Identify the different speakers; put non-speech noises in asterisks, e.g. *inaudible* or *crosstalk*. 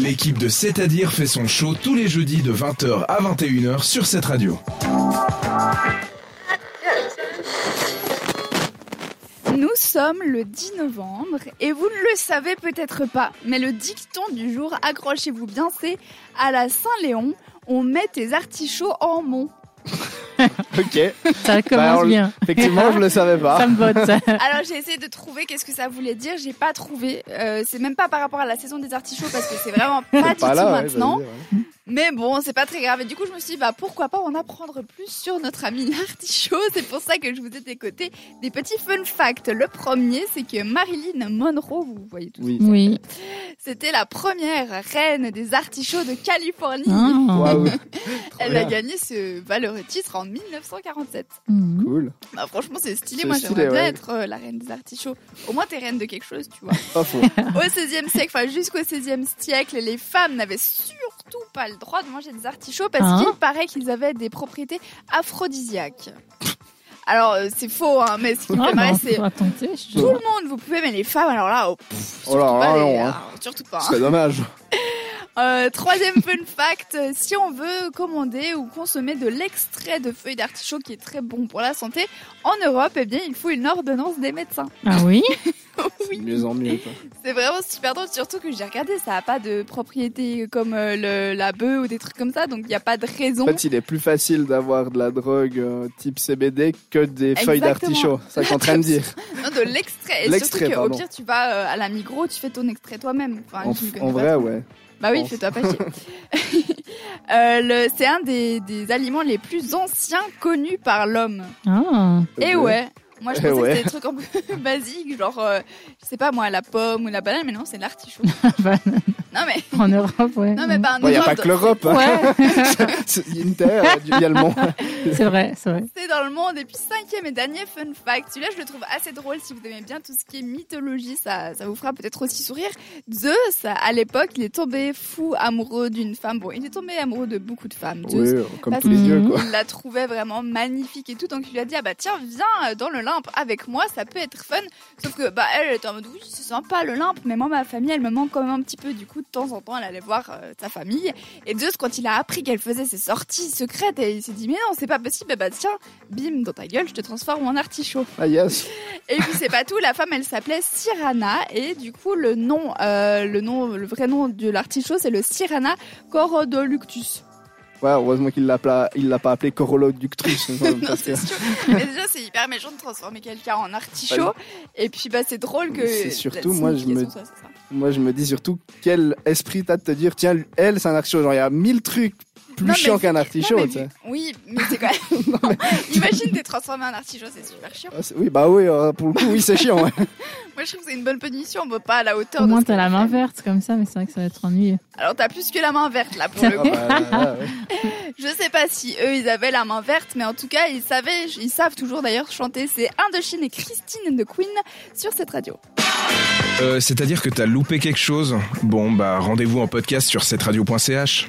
Speaker 1: L'équipe de C'est-à-dire fait son show tous les jeudis de 20h à 21h sur cette radio.
Speaker 2: Nous sommes le 10 novembre et vous ne le savez peut-être pas, mais le dicton du jour, accrochez-vous bien, c'est à la Saint-Léon, on met tes artichauts en
Speaker 3: *laughs*
Speaker 2: mont.
Speaker 3: Ok.
Speaker 4: Ça
Speaker 3: Bah,
Speaker 4: commence
Speaker 3: on-
Speaker 4: bien.
Speaker 3: Effectivement, je ne le savais pas.
Speaker 4: Ça me botte. ça.
Speaker 2: Alors j'ai essayé de trouver qu'est-ce que ça voulait dire, j'ai pas trouvé. Euh, c'est même pas par rapport à la saison des artichauts parce que c'est
Speaker 3: *laughs*
Speaker 2: vraiment pas du
Speaker 3: Pas
Speaker 2: tout
Speaker 3: là, ouais,
Speaker 2: maintenant.
Speaker 3: j'allais dire, ouais.
Speaker 2: Mais bon, c'est pas très grave. Et du coup, je me suis dit, bah, pourquoi pas en apprendre plus sur notre ami l'artichaut. C'est pour ça que je vous ai décoté des petits fun facts. Le premier, c'est que Marilyn Monroe, vous voyez tout, *laughs*
Speaker 3: Oui.
Speaker 4: Oui.
Speaker 2: c'était la première reine des artichauts de Californie.
Speaker 4: Ah.
Speaker 3: Waouh. Hein, Trop
Speaker 2: Elle
Speaker 3: bien.
Speaker 2: a gagné ce valeureux titre en 1947.
Speaker 4: Mhm.
Speaker 3: Cool.
Speaker 2: Bah, franchement, c'est stylé.
Speaker 3: C'est
Speaker 2: Moi,
Speaker 3: stylé,
Speaker 2: j'aimerais bien
Speaker 3: ouais.
Speaker 2: être euh, la reine des artichauts. Au moins, t'es reine de quelque chose, tu
Speaker 3: *laughs*
Speaker 2: vois.
Speaker 3: Pas faux.
Speaker 2: Au XVIe siècle, enfin jusqu'au XVIe siècle, les femmes n'avaient surtout pas le droit de manger des artichauts parce
Speaker 4: Hein
Speaker 2: qu'il paraît qu'ils avaient des propriétés aphrodisiaques. Alors euh, c'est faux, hein, mais ce qui me
Speaker 4: Ah,
Speaker 2: fait
Speaker 4: bah,
Speaker 2: marrer,
Speaker 4: on
Speaker 2: c'est
Speaker 4: pourra tenter, je-
Speaker 2: tout le monde, vous pouvez, mais les femmes, alors là, oh, pff,
Speaker 3: Oh là
Speaker 2: pas
Speaker 3: là,
Speaker 2: les-
Speaker 3: non. Hein.
Speaker 2: ah, surtout pas.
Speaker 3: Ce
Speaker 2: hein.
Speaker 3: serait dommage.
Speaker 2: Euh, troisième fun *laughs* fact, euh, si on veut commander ou consommer de l'extrait de feuilles d'artichaut qui est très bon pour la santé, en Europe, eh bien, il faut une ordonnance des médecins.
Speaker 4: Ah oui
Speaker 3: De mieux en mieux. quoi.
Speaker 2: C'est vraiment super drôle, surtout que j'ai regardé, ça a pas de propriété comme euh, le, la bœuf ou des trucs comme ça, donc il n'y a pas de raison.
Speaker 3: En fait, il est plus facile d'avoir de la drogue euh, type CBD que des feuilles
Speaker 2: Exactement.
Speaker 3: d'artichaut. C'est ça qu'on est en train de dire.
Speaker 2: Non, *laughs* de l'extrait. Et surtout
Speaker 3: L'extrait,
Speaker 2: qu'au
Speaker 3: pardon.
Speaker 2: pire, tu vas euh, à la Migros, tu fais ton extrait toi-même. Enfin,
Speaker 3: En,
Speaker 2: je me connais pas
Speaker 3: en vrai,
Speaker 2: trop.
Speaker 3: ouais.
Speaker 2: Bah oui,
Speaker 3: pense.
Speaker 2: fais-toi pas chier. *laughs* Euh, le- c'est un des, des aliments les plus anciens connus par l'homme.
Speaker 4: Ah.
Speaker 2: Et
Speaker 3: Ok.
Speaker 2: Eh ouais. Moi, je
Speaker 3: Eh
Speaker 2: pensais
Speaker 3: ouais.
Speaker 2: que c'était des trucs un peu *laughs* basiques, genre, euh, je sais pas moi, la pomme ou la banane, mais non, c'est
Speaker 3: *laughs*
Speaker 2: l'artichaut.
Speaker 4: banane.
Speaker 2: non, mais,
Speaker 4: En Europe, ouais.
Speaker 2: non, mais pas
Speaker 3: Bon, Il n'y a pas que l'Europe. hein.
Speaker 4: Ouais,
Speaker 3: C'est- Il y a une terre, il y a du- il y a
Speaker 2: *laughs*
Speaker 3: le monde.
Speaker 4: c'est vrai, c'est vrai.
Speaker 2: C'est dans le monde. Et puis, cinquième et dernier fun fact. Celui-là, je le trouve assez drôle. Si vous aimez bien tout ce qui est mythologie, ça, ça vous fera peut-être aussi sourire. Zeus, à l'époque, il est tombé fou amoureux d'une femme. Bon, il est tombé amoureux de beaucoup de femmes. Zeus.
Speaker 3: Oui, euh, comme
Speaker 2: Parce Mhm.
Speaker 3: tous les
Speaker 4: que-
Speaker 3: dieux, quoi.
Speaker 2: Il la trouvait vraiment magnifique et tout, donc il lui a dit ah bah tiens viens euh, dans l'Olympe avec moi, ça peut être fun. Sauf que bah elle était en mode oui c'est sympa l'Olympe, mais moi ma famille elle me manque quand même un petit peu. Du coup de temps en temps elle allait voir euh, sa famille. Et Zeus quand il a appris qu'elle faisait ses sorties secrètes, et il s'est dit mais non c'est pas possible, bah tiens bim dans ta gueule je te transforme en artichaut.
Speaker 3: Ah yes.
Speaker 2: Et puis c'est pas tout, la femme elle s'appelait Cyrana et du coup le nom, euh, le nom, le vrai nom de l'artichaut c'est le Cyrana corolductus.
Speaker 3: Ouais, heureusement qu'il l'a pla- il l'a pas
Speaker 2: *laughs*
Speaker 3: appelé Coroloductus.
Speaker 2: Non,
Speaker 3: *laughs* parce
Speaker 2: c'est
Speaker 3: que
Speaker 2: sûr. Mais déjà, c'est hyper méchant de transformer quelqu'un en artichaut. Et puis, bah, c'est drôle que.
Speaker 3: C'est surtout,
Speaker 2: la
Speaker 3: moi, je me-
Speaker 2: signification soit ça.
Speaker 3: moi, je me dis surtout quel esprit t'as de te dire, tiens, elle, c'est un artichaut. Genre, il y a mille trucs plus
Speaker 2: Non, mais
Speaker 3: chiants
Speaker 2: c'est-
Speaker 3: qu'un
Speaker 2: Non,
Speaker 3: artichaut,
Speaker 2: mais
Speaker 3: tu sais.
Speaker 2: vu- Oui, mais c'est quand
Speaker 3: *laughs*
Speaker 2: même. *laughs* Imagine t'es transformé en artichaut, c'est super chiant.
Speaker 3: Ah, c'est- oui, bah oui, euh, pour le coup, oui, c'est chiant. ouais.
Speaker 2: Moi, je trouve que c'est une bonne punition. On peut pas à la hauteur.
Speaker 4: Au
Speaker 2: de
Speaker 4: moins,
Speaker 2: ce
Speaker 4: t'as
Speaker 2: qu'elle
Speaker 4: la main
Speaker 2: fait.
Speaker 4: verte comme ça, mais c'est vrai que ça va être ennuyeux.
Speaker 2: Alors, t'as plus que la main verte là pour
Speaker 4: Ça
Speaker 2: le
Speaker 3: *laughs* Ah
Speaker 2: coup.
Speaker 4: *laughs*
Speaker 3: bah, là, ouais.
Speaker 2: Je sais pas si eux ils avaient la main verte, mais en tout cas, ils savaient, ils savent toujours d'ailleurs chanter. C'est Indochine et Christine de Queen sur cette radio.
Speaker 1: Euh, C'est-à-dire que t'as loupé quelque chose Bon, bah rendez-vous en podcast sur cette radio.ch.